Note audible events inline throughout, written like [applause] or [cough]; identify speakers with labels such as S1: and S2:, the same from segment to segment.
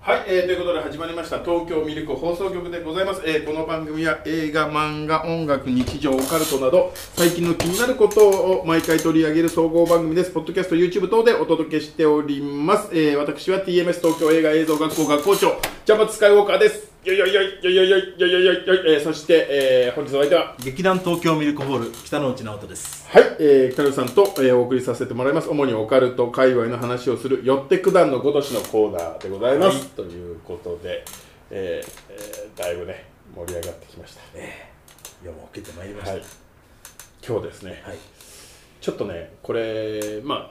S1: はい、えー、ということで始まりました東京ミルク放送局でございます、えーこの番組は映画漫画音楽日常オカルトなど最近の気になることを毎回取り上げる総合番組ですポッドキャスト YouTube 等でお届けしております、えー私は TMS 東京映画映像学校学校長ジャパスカイウォーカーですよいよいよいよいよいよいよいよいよいよい、えーそして、えー本日のお相手は
S2: 劇団東京ミルクホール北之内直人です
S1: はい、えー、北野さんと、えーお送りさせてもらいます主にオカルト界隈の話をする「よって九段のごとし」のコーナーでございます、
S2: はい
S1: ということで、えーえーだいぶね盛り上がってきました、
S2: いやもう受けてまいりま
S1: はい、今日ですね
S2: はい
S1: ちょっとねこれま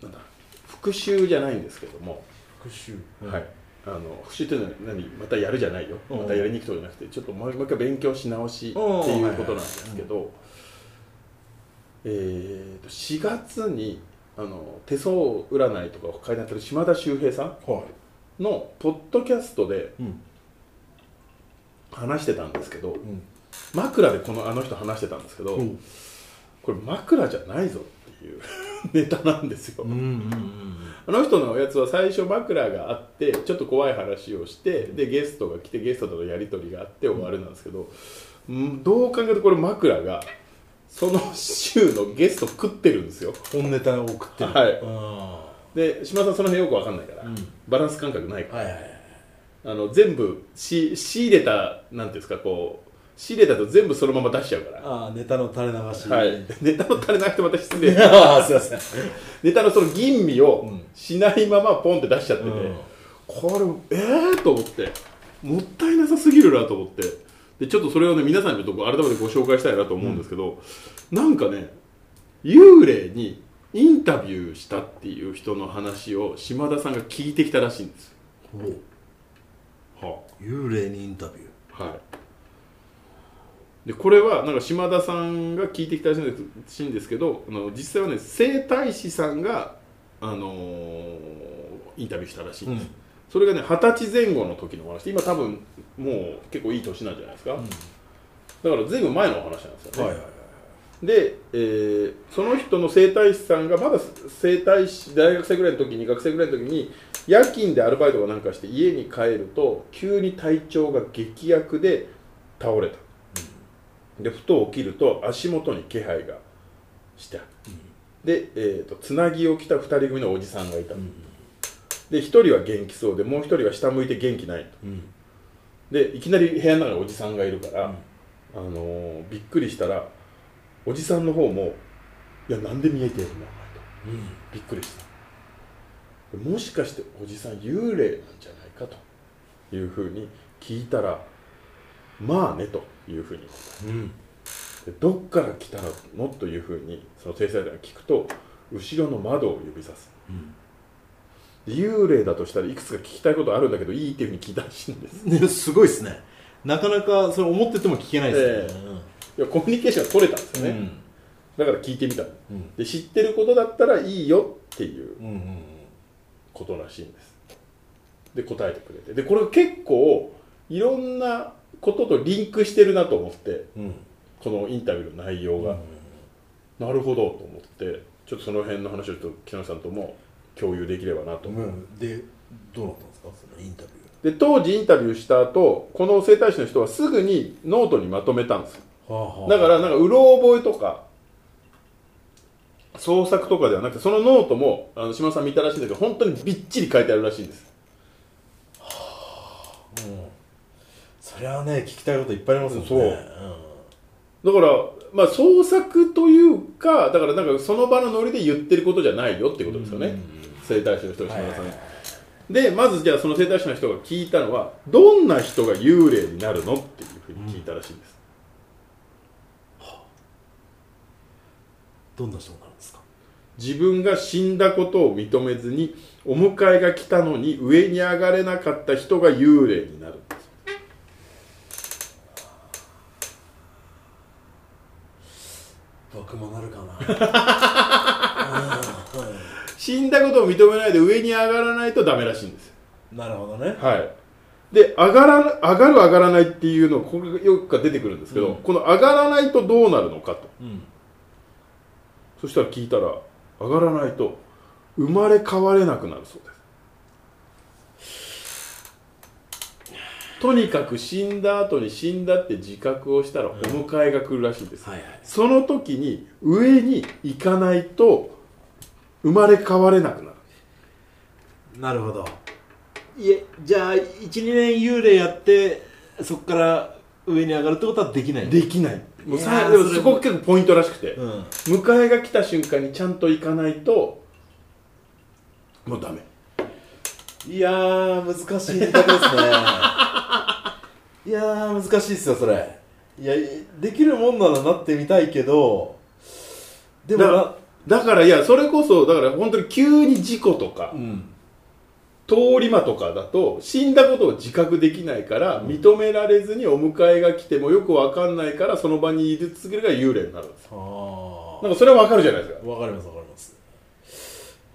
S1: あなんだ復習じゃないんですけども、
S2: 復習
S1: はいあの復習っていうのは何またやるじゃないよ
S2: うん
S1: またやりに行くとかじゃなくてちょっともうもう一回勉強し直しっていうことなんですけどえーと4月にあの手相占いとかを書いてあったる島田秀平さ
S2: は
S1: んのポッドキャストで
S2: いうん
S1: 話してたんですけど
S2: うん
S1: 枕でこのあの人話してたんですけど
S2: うん
S1: これ枕じゃないぞっていう [laughs] ネタなんですよ
S2: うんうん
S1: あの人のやつは最初枕があってちょっと怖い話をしてでゲストが来てゲストとのやり取りがあって終わるなんですけど、うん、どう考えてもこれ枕がその週のゲスト食ってるんですよ
S2: 本ネタを送ってる
S1: はい
S2: あ
S1: で島田さんその辺よくわかんないから、
S2: うん
S1: バランス感覚ないか
S2: ーはいはいはい
S1: らあの全部し仕入れたなんていうんですかこう仕入れたと全部そのまま出しちゃうから
S2: ああネタの垂れ流し
S1: はい、ネタの足りなくてまた失
S2: [laughs]
S1: 礼
S2: あ [laughs] あすいません
S1: ネタのその吟味を
S2: うん
S1: しないままポンって出しちゃってて、
S2: うん
S1: これええー、と思ってもったいなさすぎるなと思ってでちょっとそれをね皆さんにも改めてご紹介したいなと思うんですけど、なんかね幽霊にインタビューしたっていう人の話を島田さんが聞いてきたらしいんです
S2: ほう
S1: よ、
S2: 幽霊にインタビュー
S1: はい、でこれはなんか島田さんが聞いてきたらしいんですしいんですけどあの実際はね整体師さんが、あのーインタビューしたらしいんです、
S2: うん
S1: それがね二十歳前後の時のお話で今多分もう結構いい年なんじゃないですか、だからずいぶん前のお話なんですよね、
S2: はいはいはい
S1: で、えーその人の整体師さんがまだ整体師大学生ぐらいの時に学生ぐらいの時に夜勤でアルバイトかなんかして家に帰ると急に体調が激悪で倒れた、でふと起きると足元に気配がした、で、えーとつなぎを着た2人組のおじさんがいた、で1人は元気そうでもう1人は下向いて元気ないと
S2: うん
S1: でいきなり部屋の中におじさんがいるから、あのーびっくりしたらおじさんの方も「いやなんで見えてるの?」と
S2: うん
S1: びっくりしたでもしかしておじさん幽霊なんじゃないかというふうに聞いたら「まあね」というふうに
S2: うん
S1: でどっから来たのというふうにその制裁団が聞くと後ろの窓を指さす
S2: うん
S1: で幽霊だとしたらいくつか聞きたいことあるんだけどいいっていうふうに聞いたらしいんです
S2: ねすごいですねなかなかそれ思ってても聞けないですね
S1: いやコミュニケーションが取れたんですよね、
S2: うん
S1: だから聞いてみた
S2: うん
S1: で知ってることだったらいいよっていう
S2: うんうん
S1: ことらしいんですで答えてくれてでこれ結構いろんなこととリンクしてるなと思って
S2: うん
S1: このインタビューの内容が、なるほどと思ってちょっとその辺の話をちょっと木下さんとも共有できればなと、
S2: うんでどうなったんですかそのインタビ
S1: で当時インタビューした後この整体師の人はすぐにノートにまとめたんですよ
S2: ューはあはあ
S1: だからなんかうろ覚えとか創作とかではなくてそのノートもあの島田さん見たらしいんだけど本当にびっちり書いてあるらしいんです
S2: うんそれはね聞きたいこといっぱいありますもんね
S1: そうだから、まあ、創作というか、だからなんかその場のノリで言ってることじゃないよってことですよね、整体師の人が島田さんに、で、まずじゃあ、その整体師の人が聞いたのは、どんな人が幽霊になるのっていうふうに聞いたらしいんです。
S2: どんな人なんですか
S1: 自分が死んだことを認めずに、お迎えが来たのに上に上がれなかった人が幽霊になるんです。
S2: 僕もなるか [laughs] な
S1: 死んだことを認めないで上に上がらないとダメらしいんですよ。
S2: なるほどね
S1: はい、で上がら上がる上がらないっていうのこれがよく出てくるんですけど、
S2: うん
S1: この上がらないとどうなるのかと
S2: うん
S1: そしたら聞いたら上がらないと生まれ変われなくなるそうですとにかく死んだ後に死んだって自覚をしたらお迎えが来るらしいんです、
S2: はいはい
S1: その時に上に行かないと生まれ変われなくなる
S2: なるほどいえじゃあ12年幽霊やってそこから上に上がるってことはできない
S1: できないもう
S2: いや
S1: さ
S2: ー
S1: でも
S2: それ
S1: そこ結構ポイントらしくて、
S2: うん
S1: 迎えが来た瞬間にちゃんと行かないともうダメ
S2: いやー難しい選択です [laughs] ねいやー難しいっすよそれいやできるもんならなってみたいけどでも
S1: だ
S2: な
S1: だからいやそれこそだから本当に急に事故とか、
S2: ん
S1: 通り魔とかだと死んだことを自覚できないから認められずにお迎えが来てもよくわかんないからその場に居続けるが幽霊になるんですよ
S2: ああ
S1: なんかそれはわかるじゃないですか
S2: わかりますわかります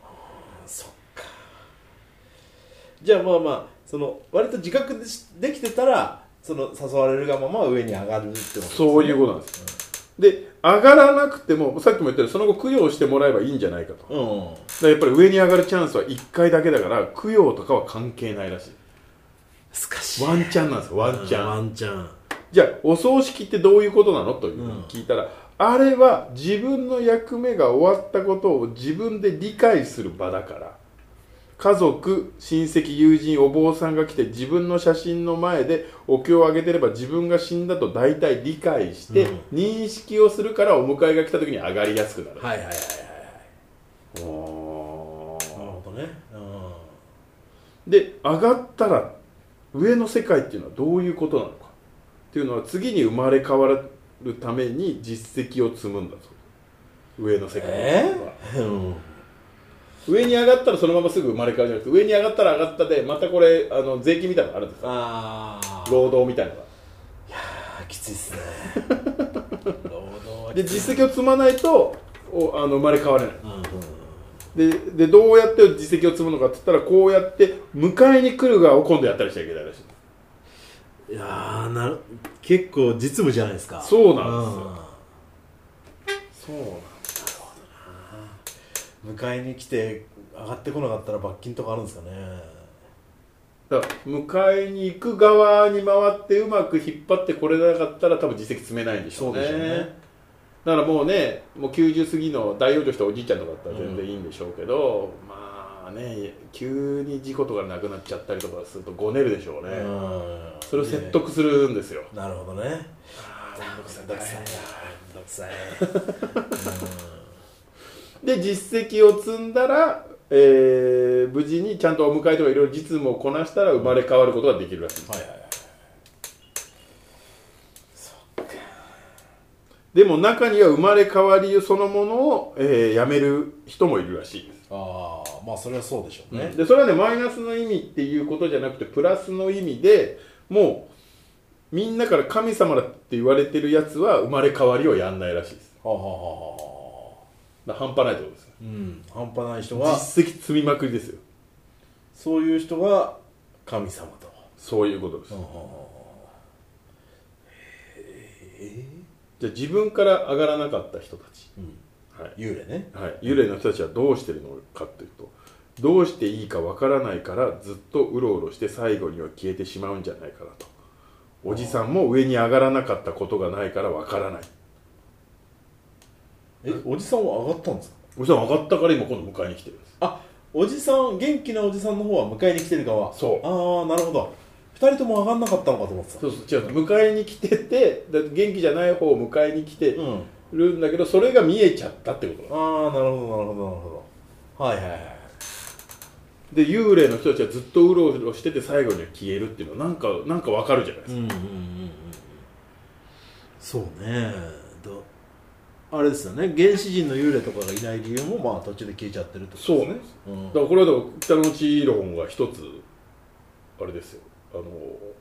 S2: あーそっかじゃあまあまあその割と自覚でしできてたらその誘われるがまま上に上がるってことですね
S1: そういうことなんです、で上がらなくてもさっきも言ったようにその後供養してもらえばいいんじゃないかとだか
S2: うん
S1: らやっぱり上に上がるチャンスは1回だけだから供養とかは関係ないらし
S2: 難し
S1: いワンチャンなんですよワンチャン
S2: ワンチャン
S1: じゃあお葬式ってどういうことなのというふうに聞いたら、あれは自分の役目が終わったことを自分で理解する場だから家族親戚友人お坊さんが来て自分の写真の前でお経をあげてれば自分が死んだと大体理解して、
S2: うん
S1: 認識をするからお迎えが来た時に上がりやすくなる、
S2: はいはいはいはい
S1: おー
S2: なるほどねうん
S1: で上がったら上の世界っていうのはどういうことなのかっていうのは次に生まれ変わるために実績を積むんだと上の世界は、
S2: えうん
S1: 上に上がったらそのまますぐ生まれ変わるじゃなくて上に上がったら上がったでまたこれあの税金みたいなのがあるんですか
S2: ああ
S1: 労働みたいなのが
S2: きついっ [laughs] すね労働は
S1: で実績を積まないとおあの生まれ変われない
S2: うんうん
S1: ででどうやって実績を積むのかって言ったらこうやって迎えに来る側を今度やったりしちゃいけないらしい
S2: いやーなる結構実務じゃないですか
S1: そうなんですよそうなん
S2: うん迎えに来て上がってこなかったら罰金とかあるんですかね
S1: だから迎えに行く側に回ってうまく引っ張ってこれなかったら多分実績積めないんでしょうねだからもうねもう90過ぎの大養生したおじいちゃんとかだったら全然いいんでしょうけど、まあね急に事故とかなくなっちゃったりとかするとごねるでしょう
S2: う
S1: ね、
S2: ん
S1: それを説得するんですよ、
S2: なるほどねめんどくさいめんどくさいめんどくさい
S1: で実績を積んだら、えー無事にちゃんとお迎えとかいろいろ実務をこなしたら生まれ変わることができるらしい
S2: はいはいはい
S1: でも中には生まれ変わりそのものを、えーやめる人もいるらしいです
S2: ああまあそれはそうでしょうね、
S1: でそれはねマイナスの意味っていうことじゃなくてプラスの意味でもうみんなから神様だって言われてるやつは生まれ変わりをやんないらしいです
S2: はあはあはあはあ
S1: だから半端ないってことですよ
S2: うん半端ない人は
S1: 実績積みまくりですよ
S2: そういう人が神様と
S1: そういうことです、
S2: はあはあは
S1: じゃあ自分から上がらなかった人たち、はい
S2: あ幽霊ね
S1: はい、幽霊の人たちはどうしてるのかというとどうしていいかわからないからずっとうろうろして最後には消えてしまうんじゃないかなとおじさんも上に上がらなかったことがないからわからない
S2: えおじさんは上がったんですか
S1: おじさん上がったから今今度迎えに来てるんです
S2: あおじさん元気なおじさんの方は迎えに来てる側
S1: そう
S2: ああなるほど2人とも上がんなかったのかと思ってた
S1: そうそう違う迎えに来ててだ元気じゃない方を迎えに来て
S2: うん
S1: るんだけどそれが見えちゃったってことだ
S2: ああなるほどなるほどなるほどはいはいはい
S1: で幽霊の人たちはずっとうろうろしてて最後には消えるっていうのはなんかなんかわかるじゃないです
S2: う
S1: か、
S2: んうんうんうんそうねどあれですよね原始人の幽霊とかがいない理由もまあ途中で消えちゃってるってことですねそうね
S1: だ
S2: [laughs]
S1: からこれはだから北の地論が一つあれですよあの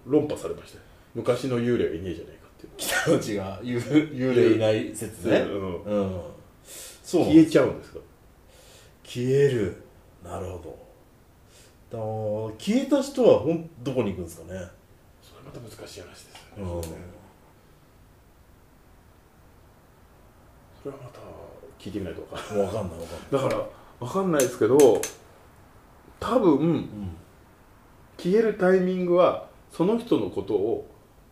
S1: 論破されましたよ昔の幽霊はいねえじゃねえかっていう
S2: 北の地が幽幽霊いない説ね
S1: うん
S2: うんそう
S1: 消えちゃうんですか
S2: 消えるなるほどだ消えた人はほんどこに行くんですかね
S1: それまた難しい話です
S2: う
S1: よね
S2: ん
S1: それはまた聞いてみないと分かんない
S2: 分かんない分かんない
S1: だから分かんないですけど多分
S2: うん
S1: 消えるタイミングはその人のことを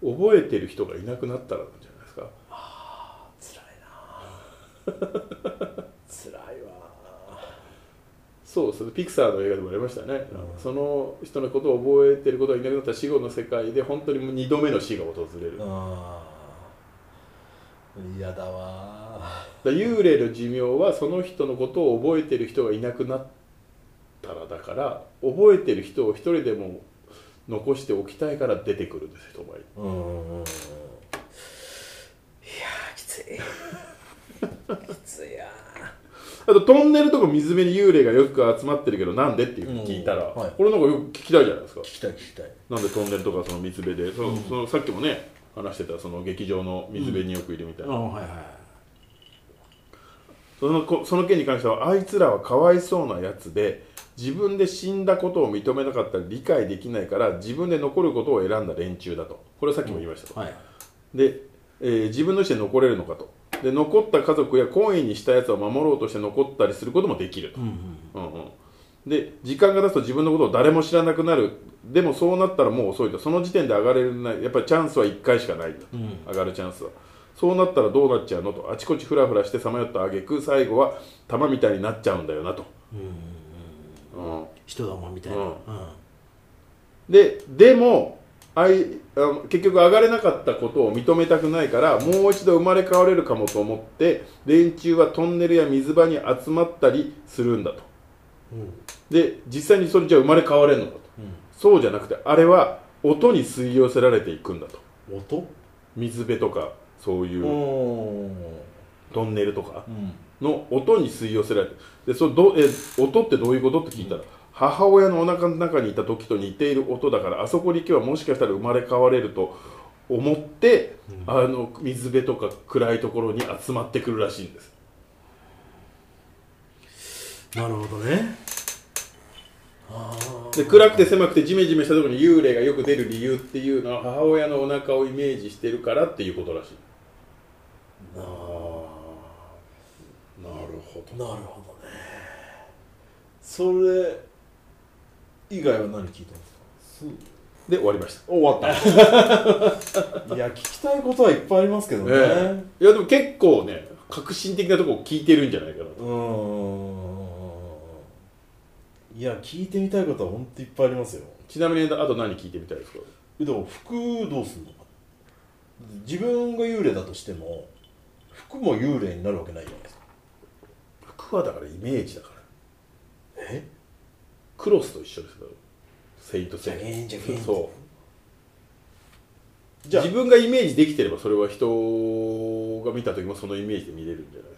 S1: 覚えてる人がいなくなったらなんじゃないですか
S2: つらいなつらいわ
S1: そうそれピクサーの映画でもありましたね、
S2: うん
S1: その人のことを覚えてることがいなくなったら死後の世界で本当にもう2度目の死が訪れる、だか
S2: うん嫌だわ
S1: ら幽霊の寿命はその人のことを覚えてる人がいなくなったらだから覚えてる人を一人でも残しておきたいから出てくるんですよ人前に
S2: うんうんうんいやーきついきついや
S1: あとトンネルとか水辺に幽霊がよく集まってるけどなんでっていうのを聞いたら、
S2: うんはい
S1: これなんかよく聞きたいじゃないですか
S2: 聞きたい聞きたい
S1: なんでトンネルとかその水辺でその、
S2: うん
S1: そのさっきもね話してたその劇場の水辺によくいるみたいな、
S2: はいはい
S1: そのこその件に関してはあいつらはかわいそうなやつで自分で死んだことを認めなかったり理解できないから自分で残ることを選んだ連中だとこれはさっきも言いましたと、
S2: はい
S1: で、えー自分の意思で残れるのかとで残った家族や懇意にしたやつを守ろうとして残ったりすることもできると
S2: うんうん
S1: うんうんで時間が経つと自分のことを誰も知らなくなるでもそうなったらもう遅いとその時点で上がれないやっぱりチャンスは1回しかないんだ、
S2: うん
S1: 上がるチャンスはそうなったらどうなっちゃうのとあちこちフラフラしてさまよった挙句最後は玉みたいになっちゃうんだよなと、うん
S2: 人だもんみたい
S1: うん
S2: うん
S1: ででもあいあの結局上がれなかったことを認めたくないからもう一度生まれ変われるかもと思って連中はトンネルや水場に集まったりするんだと
S2: うん
S1: で実際にそれじゃあ生まれ変われるのかとそうじゃなくてあれは音に吸い寄せられていくんだと
S2: うん音
S1: 水辺とかそういう
S2: お
S1: トンネルとか
S2: うん
S1: の音に吸い寄せられてでそのどえ音ってどういうことって聞いたら、母親のお腹の中にいた時と似ている音だからあそこに行けばもしかしたら生まれ変われると思って、あの水辺とか暗いところに集まってくるらしいんです
S2: なるほどねああ
S1: で暗くて狭くてジメジメしたところに幽霊がよく出る理由っていうのは母親のお腹をイメージしてるからっていうことらしい
S2: な
S1: なるほ
S2: るほどねそれ以外は何聞いたんですか
S1: で終わりました
S2: 終わったいや聞きたいことはいっぱいありますけどね、
S1: ええいやでも結構ね革新的なとこを聞いてるんじゃないかな
S2: うーんいや聞いてみたいことは本当いっぱいありますよ
S1: ちなみにあと何聞いてみたいですか
S2: えでも服どうすんのか自分が幽霊だとしても服も幽霊になるわけないじゃないですか
S1: 服はだからイメージだから
S2: え
S1: クロスと一緒ですよセイントセイ
S2: 邪念邪念
S1: そう
S2: じゃあ
S1: 自分がイメージできてればそれは人が見た時もそのイメージで見れるんじゃないで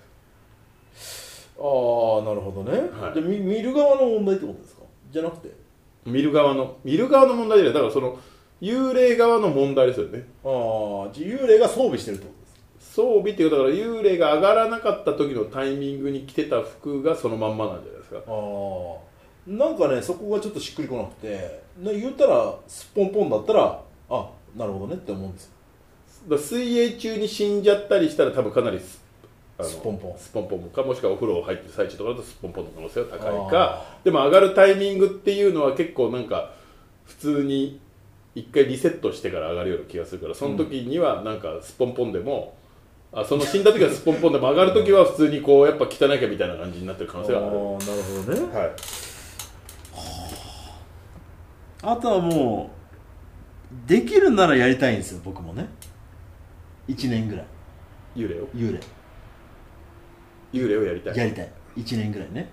S1: すか
S2: ああなるほどね、
S1: はい
S2: じゃあみ見る側の問題ってことですかじゃなくて
S1: 見る側の見る側の問題じゃないだからその幽霊側の問題ですよね
S2: ああじゃあ幽霊が装備してるってことですか
S1: 装備っていうかだから幽霊が上がらなかった時のタイミングに着てた服がそのまんまなんじゃないですか
S2: ああなんかねそこがちょっとしっくりこなくてな言ったらすっぽんぽんだったらあなるほどねって思うんですよ
S1: だから水泳中に死んじゃったりしたら多分かなりすあの
S2: すっぽんぽん
S1: すっぽんぽんかもしくはお風呂入ってる最中とかだとすっぽんぽんの可能性は高い
S2: あ
S1: かでも上がるタイミングっていうのは結構なんか普通に一回リセットしてから上がるような気がするからその時にはなんかすっぽんぽんでも、あその死んだ時はすっぽんぽんでも上がる時は普通にこうやっぱ汚なきゃみたいな感じになってる可
S2: あ
S1: 能
S2: あ
S1: 性
S2: なる
S1: はある
S2: ほどね
S1: はい
S2: あとはもうできるならやりたいんですよ僕もね1年ぐらい
S1: 幽霊を
S2: 幽霊
S1: 幽霊をやりたい
S2: やりたい1年ぐらいね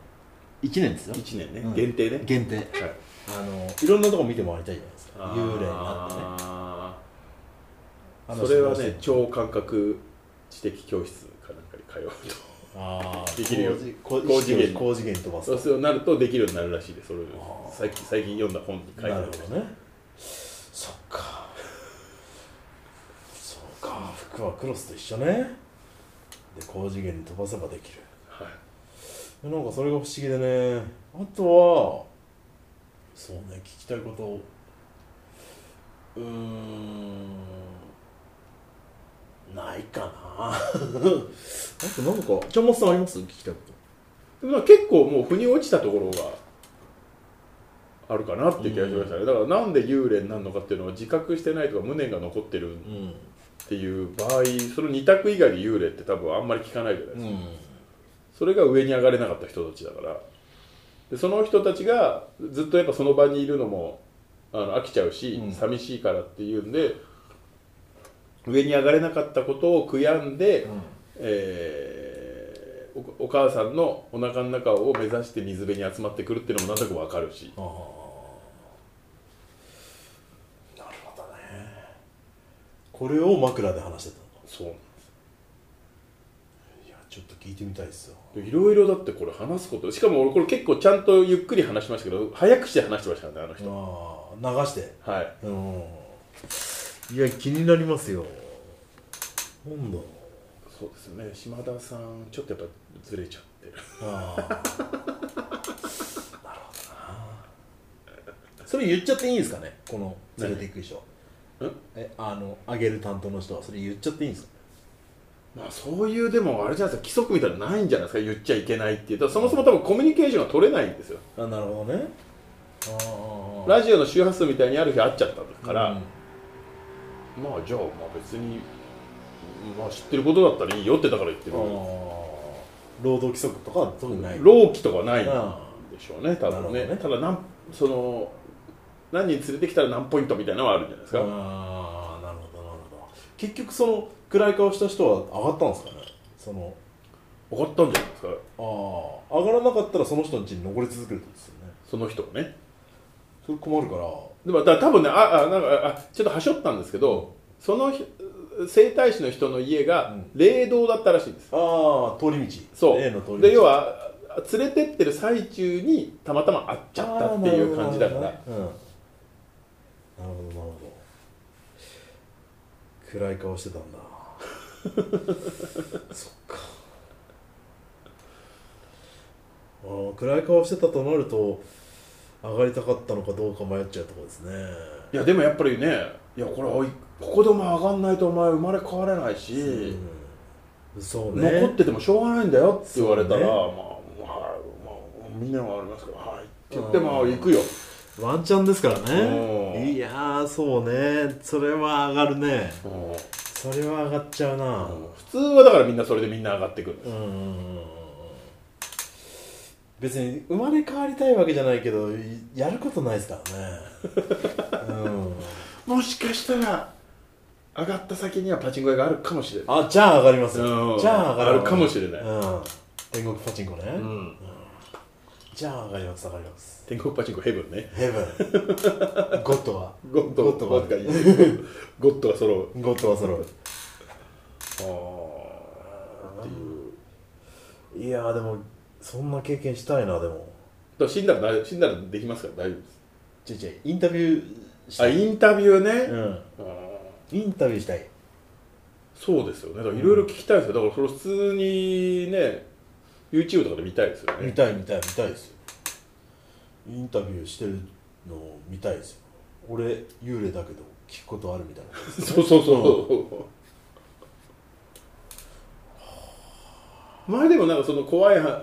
S2: 1年ですよ
S1: 1年ね、
S2: うん
S1: 限定ね
S2: 限定
S1: はい
S2: あのいろんなとこ見て回りたいじゃないですか幽霊になってね
S1: あー
S2: あの
S1: それはね超感覚知的教室かなんかに通うと
S2: ああ
S1: できるよ
S2: 高
S1: 高次
S2: 次
S1: 元
S2: 元高次元飛ばす
S1: [laughs] そうするなるとできるようになるらしいですそれ
S2: あー
S1: 最近最近読んだ本に書いて
S2: な
S1: あ
S2: る
S1: る
S2: ほどねそっかそうか服はクロスと一緒ねで高次元に飛ばせばできる
S1: はい
S2: なんかそれが不思議でねあとはそうね聞きたいことうーんないかな [laughs] あとなんかちゃんまつさんあります聞きたいこ
S1: でもなんか結構もう腑に落ちたところがあるかなっていう気がしましたね、だからなんで幽霊になるのかっていうのは自覚してないとか無念が残ってるっ
S2: うん
S1: ていう場合その2択以外で幽霊って多分あんまり聞かないじゃないですか、
S2: うん
S1: それが上に上がれなかった人たちだからでその人たちがずっとやっぱその場にいるのもあの飽きちゃうし、
S2: うん
S1: 寂しいからっていうんで上に上がれなかったことを悔やんで、えーおお母さんのお腹の中を目指して水辺に集まってくるっていうのもなんとなくわかるし
S2: あーなるほどねこれを枕で話してたの
S1: そうなんで
S2: いやちょっと聞いてみたいですよ
S1: すよいろいろだってこれ話すことしかも俺これ結構ちゃんとゆっくり話しましたけど早口で話してましたからねあの
S2: あ
S1: 人、
S2: ー流して
S1: はい
S2: うんいや気になりますよなんだろう
S1: そうですね島田さんちょっとやっぱずれちゃってる
S2: [laughs] あ
S1: [laughs]
S2: あなるほどなそれ言っちゃっていいんですかねこの連れていく人
S1: ん
S2: えあのあげる担当の人はそれ言っちゃっていいんですか
S1: まあ、そういうでもあれじゃないですか規則みたいなのないんじゃないですか言っちゃいけないっていうだからそもそも多分コミュニケーションが取れないんですよ
S2: あなるほどねあ
S1: ラジオの周波数みたいにある日会っちゃったから、
S2: うん
S1: まあじゃあまあ別に、まあ、知ってることだったらいいよってだから言ってる
S2: あー労働規則とかは特にない
S1: 老期とかないんで
S2: あ
S1: しょうね多分ね
S2: なる
S1: ただなんその何人連れてきたら何ポイントみたいなのはあるんじゃないですか、
S2: あーなるほどなるほど結局その暗い顔した人は上がったんですかねその
S1: 分かったんじゃないですか
S2: ああ上がらなかったらその人の家に残り続けるってことですよね
S1: その人がね
S2: それ困るから
S1: でもだから多分ねああなんかあちょっとはしょったんですけどそのひ整体師の人の家が
S2: うん
S1: 霊堂だったらしいんです
S2: ああ通り道
S1: そう
S2: 例の通り道
S1: で要は連れてってる最中にたまたま会っちゃったっていう感じだから
S2: あーなるほどねうんなるほどなるほど暗い顔してた
S1: [laughs]
S2: んだそっかあー暗い顔してたとなると上がりたかったのかどうか迷っちゃうところですね
S1: いやでもやっぱりねいやこれおいここでも上がんないとお前生まれ変われないし、
S2: うんそうね
S1: 残っててもしょうがないんだよって言われたら、
S2: そうね
S1: まあまあまあみんなはありますけどはいって言って
S2: うん
S1: まあ行くよ
S2: ワンチャンですから
S1: うん
S2: ねいやーそうねそれは上がるね
S1: うん
S2: それは上がっちゃうな、
S1: 普通はだからみんなそれでみんな上がってくるんです
S2: うんうんうんうんうん別に生まれ変わりたいわけじゃないけどいやることないですからねうん
S1: もしかしたら上がった先にはパチンコ屋があるかもしれない
S2: あじゃあ上がりますよ
S1: うん
S2: じゃあ上がる
S1: あるかもしれない
S2: うん、天国パチンコね、
S1: うん
S2: じゃあ上がります上がります
S1: 天国パチンコヘブンね
S2: ヘブンゴッドは
S1: ゴッド
S2: ゴッドは
S1: ゴッドがいいね [laughs] ゴッドが揃う
S2: ゴッドは揃う
S1: あーっていう
S2: いやーでもそんな経験したいなでも
S1: だから死んだら大死んだらできますから大丈夫で
S2: ちょいちょいインタビューし
S1: すあ
S2: たい
S1: インタビューね、
S2: うん、
S1: あー
S2: インタビューしたい
S1: そうですよねだからいろいろ聞きたいですよだからそれ普通にね YouTube とかで見たいですよ
S2: 見
S1: ね
S2: たい見たい見たいですよインタビューしてるのを見たいですよ俺幽霊だけど聞くことあるみたいな
S1: そうそうそう前でもなんかその怖いはあ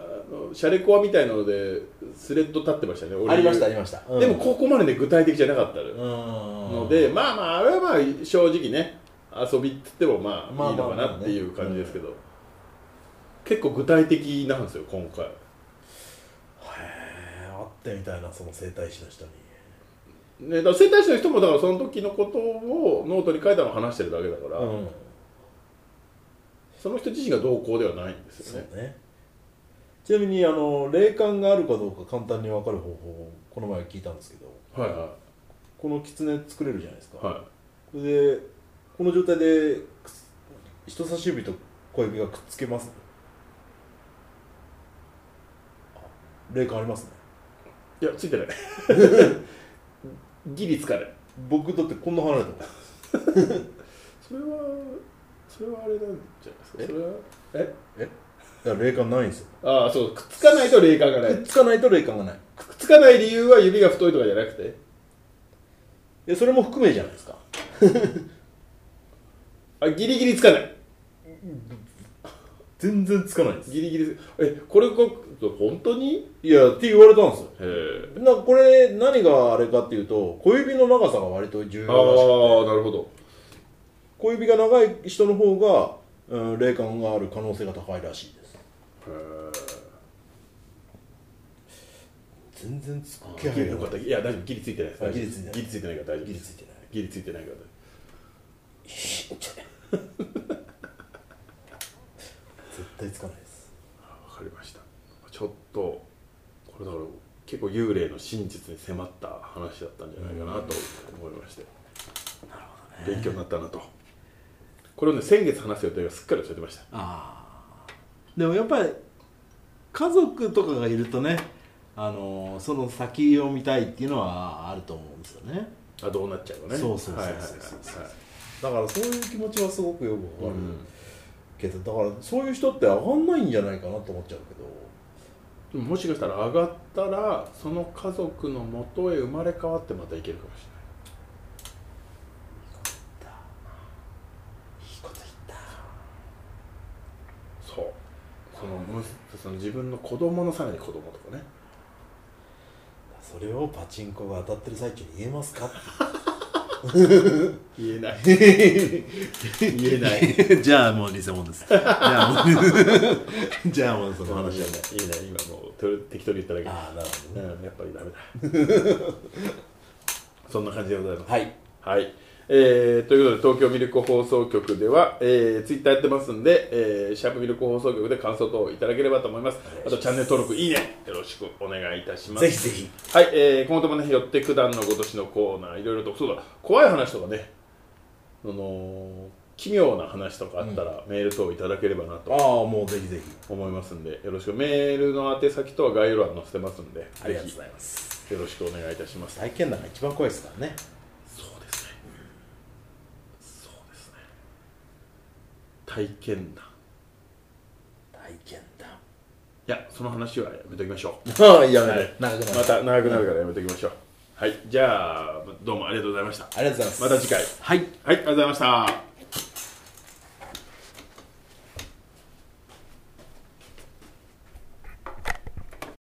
S1: のシャレコアみたいなのでスレッド立ってましたね俺
S2: ありましたありました、
S1: でもここまでね具体的じゃなかったのよの
S2: の
S1: で、まあまああれはまあ正直ね遊びって言ってもま
S2: ま
S1: あ
S2: あ
S1: いいのか
S2: まあま
S1: なっ
S2: あね
S1: ていう感じですけど、結構具体的なんですよ今回
S2: へえ会ってみたいなその整体師の人に
S1: ねだから整体師の人もだからその時のことをノートに書いたのを話してるだけだから、
S2: うん
S1: その人自身がどうこうではないんです
S2: そ
S1: よね
S2: うねちなみにあの霊感があるかどうか簡単に分かる方法をこの前聞いたんですけど
S1: はいは
S2: この狐作れるじゃないですか、
S1: いは
S2: それでこの状態でくす人差し指と小指がくっつけますあ霊感ありますね
S1: いいやついてない [laughs] ギリつかない
S2: 僕だってこんな離れてます
S1: それはそれはあれなんじゃないですか
S2: え
S1: それはえ
S2: だから霊感ないんですよ
S1: ああそうくっつかないと霊感がない
S2: くっつかないと霊感がない
S1: くっつかない理由は指が太いとかじゃなくて
S2: えそれも含めじゃないですか
S1: あギリギリつかない
S2: 全然つかないです
S1: ギリギリえこれが本当に
S2: いやって言われたんですよ
S1: へえ
S2: なこれ何があれかっていうと小指の長さが割と重
S1: ああ
S2: 要らしくて
S1: なるほど
S2: 小指が長い人の方が、うん、霊感がある可能性が高いらしいです
S1: へ
S2: 全然つく気
S1: え
S2: 配
S1: よ
S2: が
S1: かったいや大丈夫ギリついてない
S2: あギリついてない
S1: ギリついてないから大丈夫
S2: ギリついてない
S1: ギリついてないから大丈夫
S2: 絶対つかないです
S1: わかりましたちょっとこれだから結構幽霊の真実に迫った話だったんじゃないかなと思いまして、勉強になったなとこれをね先月話す予定がすっかり忘れてました
S2: ああでもやっぱり家族とかがいるとねあのーその先を見たいっていうのはあると思うんですよね
S1: あどうなっちゃうかね
S2: そうそうそうそ
S1: は
S2: う
S1: いはいはい
S2: そう
S1: はい
S2: だからそういう気持ちはすごくよくわかる、
S1: うん
S2: けどだからそういう人って上がんないんじゃないかなと思っちゃうけど
S1: でももしかしたら上がったらその家族のもとへ生まれ変わってまた行けるかもし
S2: いいこと
S1: れ
S2: 言っ
S1: ないそうそのむその自分の子供のさらに子供とかね
S2: たそれをパチンコが当たってる最中に言えますか
S1: 言えない
S2: 言
S1: [laughs] 言えない
S2: い [laughs] じゃあもう偽物ですじゃあもう [laughs] じゃあもうそ
S1: その
S2: の
S1: 話は
S2: 話は
S1: ね
S2: ね
S1: いいね今もうとり適当に言っただけ
S2: ああなるほどね
S1: うん、やっぱりダメだ [laughs] そんな感じでございます
S2: はい
S1: はい、えーということで東京ミルク放送局では、えー、ツイッターやってますんで、えーシャープミルク放送局で感想等をいただければと思います
S2: 願
S1: あ
S2: いします
S1: とチャンネル登録いいねよろしくお願いいたします
S2: ぜひぜひ
S1: はい、えー、今後ともね寄って九段のごとしのコーナーいろいろとそうだ怖い話とかねあのー奇妙な話とかあったら、メール等いただければな
S2: ああ
S1: と
S2: もうぜひぜひ
S1: 思いますんでよろしくメールの宛先とは概要欄に載せてますんで
S2: ありがと
S1: ぜ
S2: う
S1: ひ
S2: ございます
S1: よろしくお願いいたします。
S2: 体験談が一番怖いですからね
S1: そうですね。そうですね。体験談。
S2: 体験談
S1: いや、その話はやめときましょう。
S2: ああ [laughs] やめ
S1: はい
S2: る長くなる
S1: また長くなるからやめときましょう。はい、じゃあ、どうもありがとうございました。
S2: ありがとうございます
S1: また次回。
S2: はい
S1: はい、ありがとうございました。